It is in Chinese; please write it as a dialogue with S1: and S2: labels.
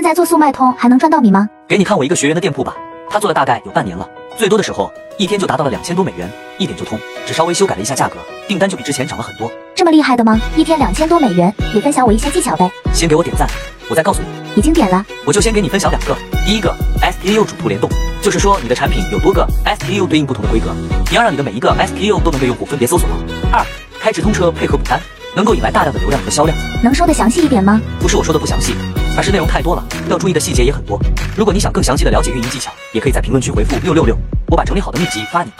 S1: 现在做速卖通还能赚到米吗？
S2: 给你看我一个学员的店铺吧，他做了大概有半年了，最多的时候一天就达到了两千多美元，一点就通，只稍微修改了一下价格，订单就比之前涨了很多。
S1: 这么厉害的吗？一天两千多美元，也分享我一些技巧呗。
S2: 先给我点赞，我再告诉你。
S1: 已经点了，
S2: 我就先给你分享两个，第一个 SKU 主图联动，就是说你的产品有多个 SKU 对应不同的规格，你要让你的每一个 SKU 都能被用户分别搜索到。二，开直通车配合补单，能够引来大量的流量和销量。
S1: 能说的详细一点吗？
S2: 不是我说的不详细，而是内容太多了，要注意的细节也很多。如果你想更详细的了解运营技巧，也可以在评论区回复六六六，我把整理好的秘籍发你。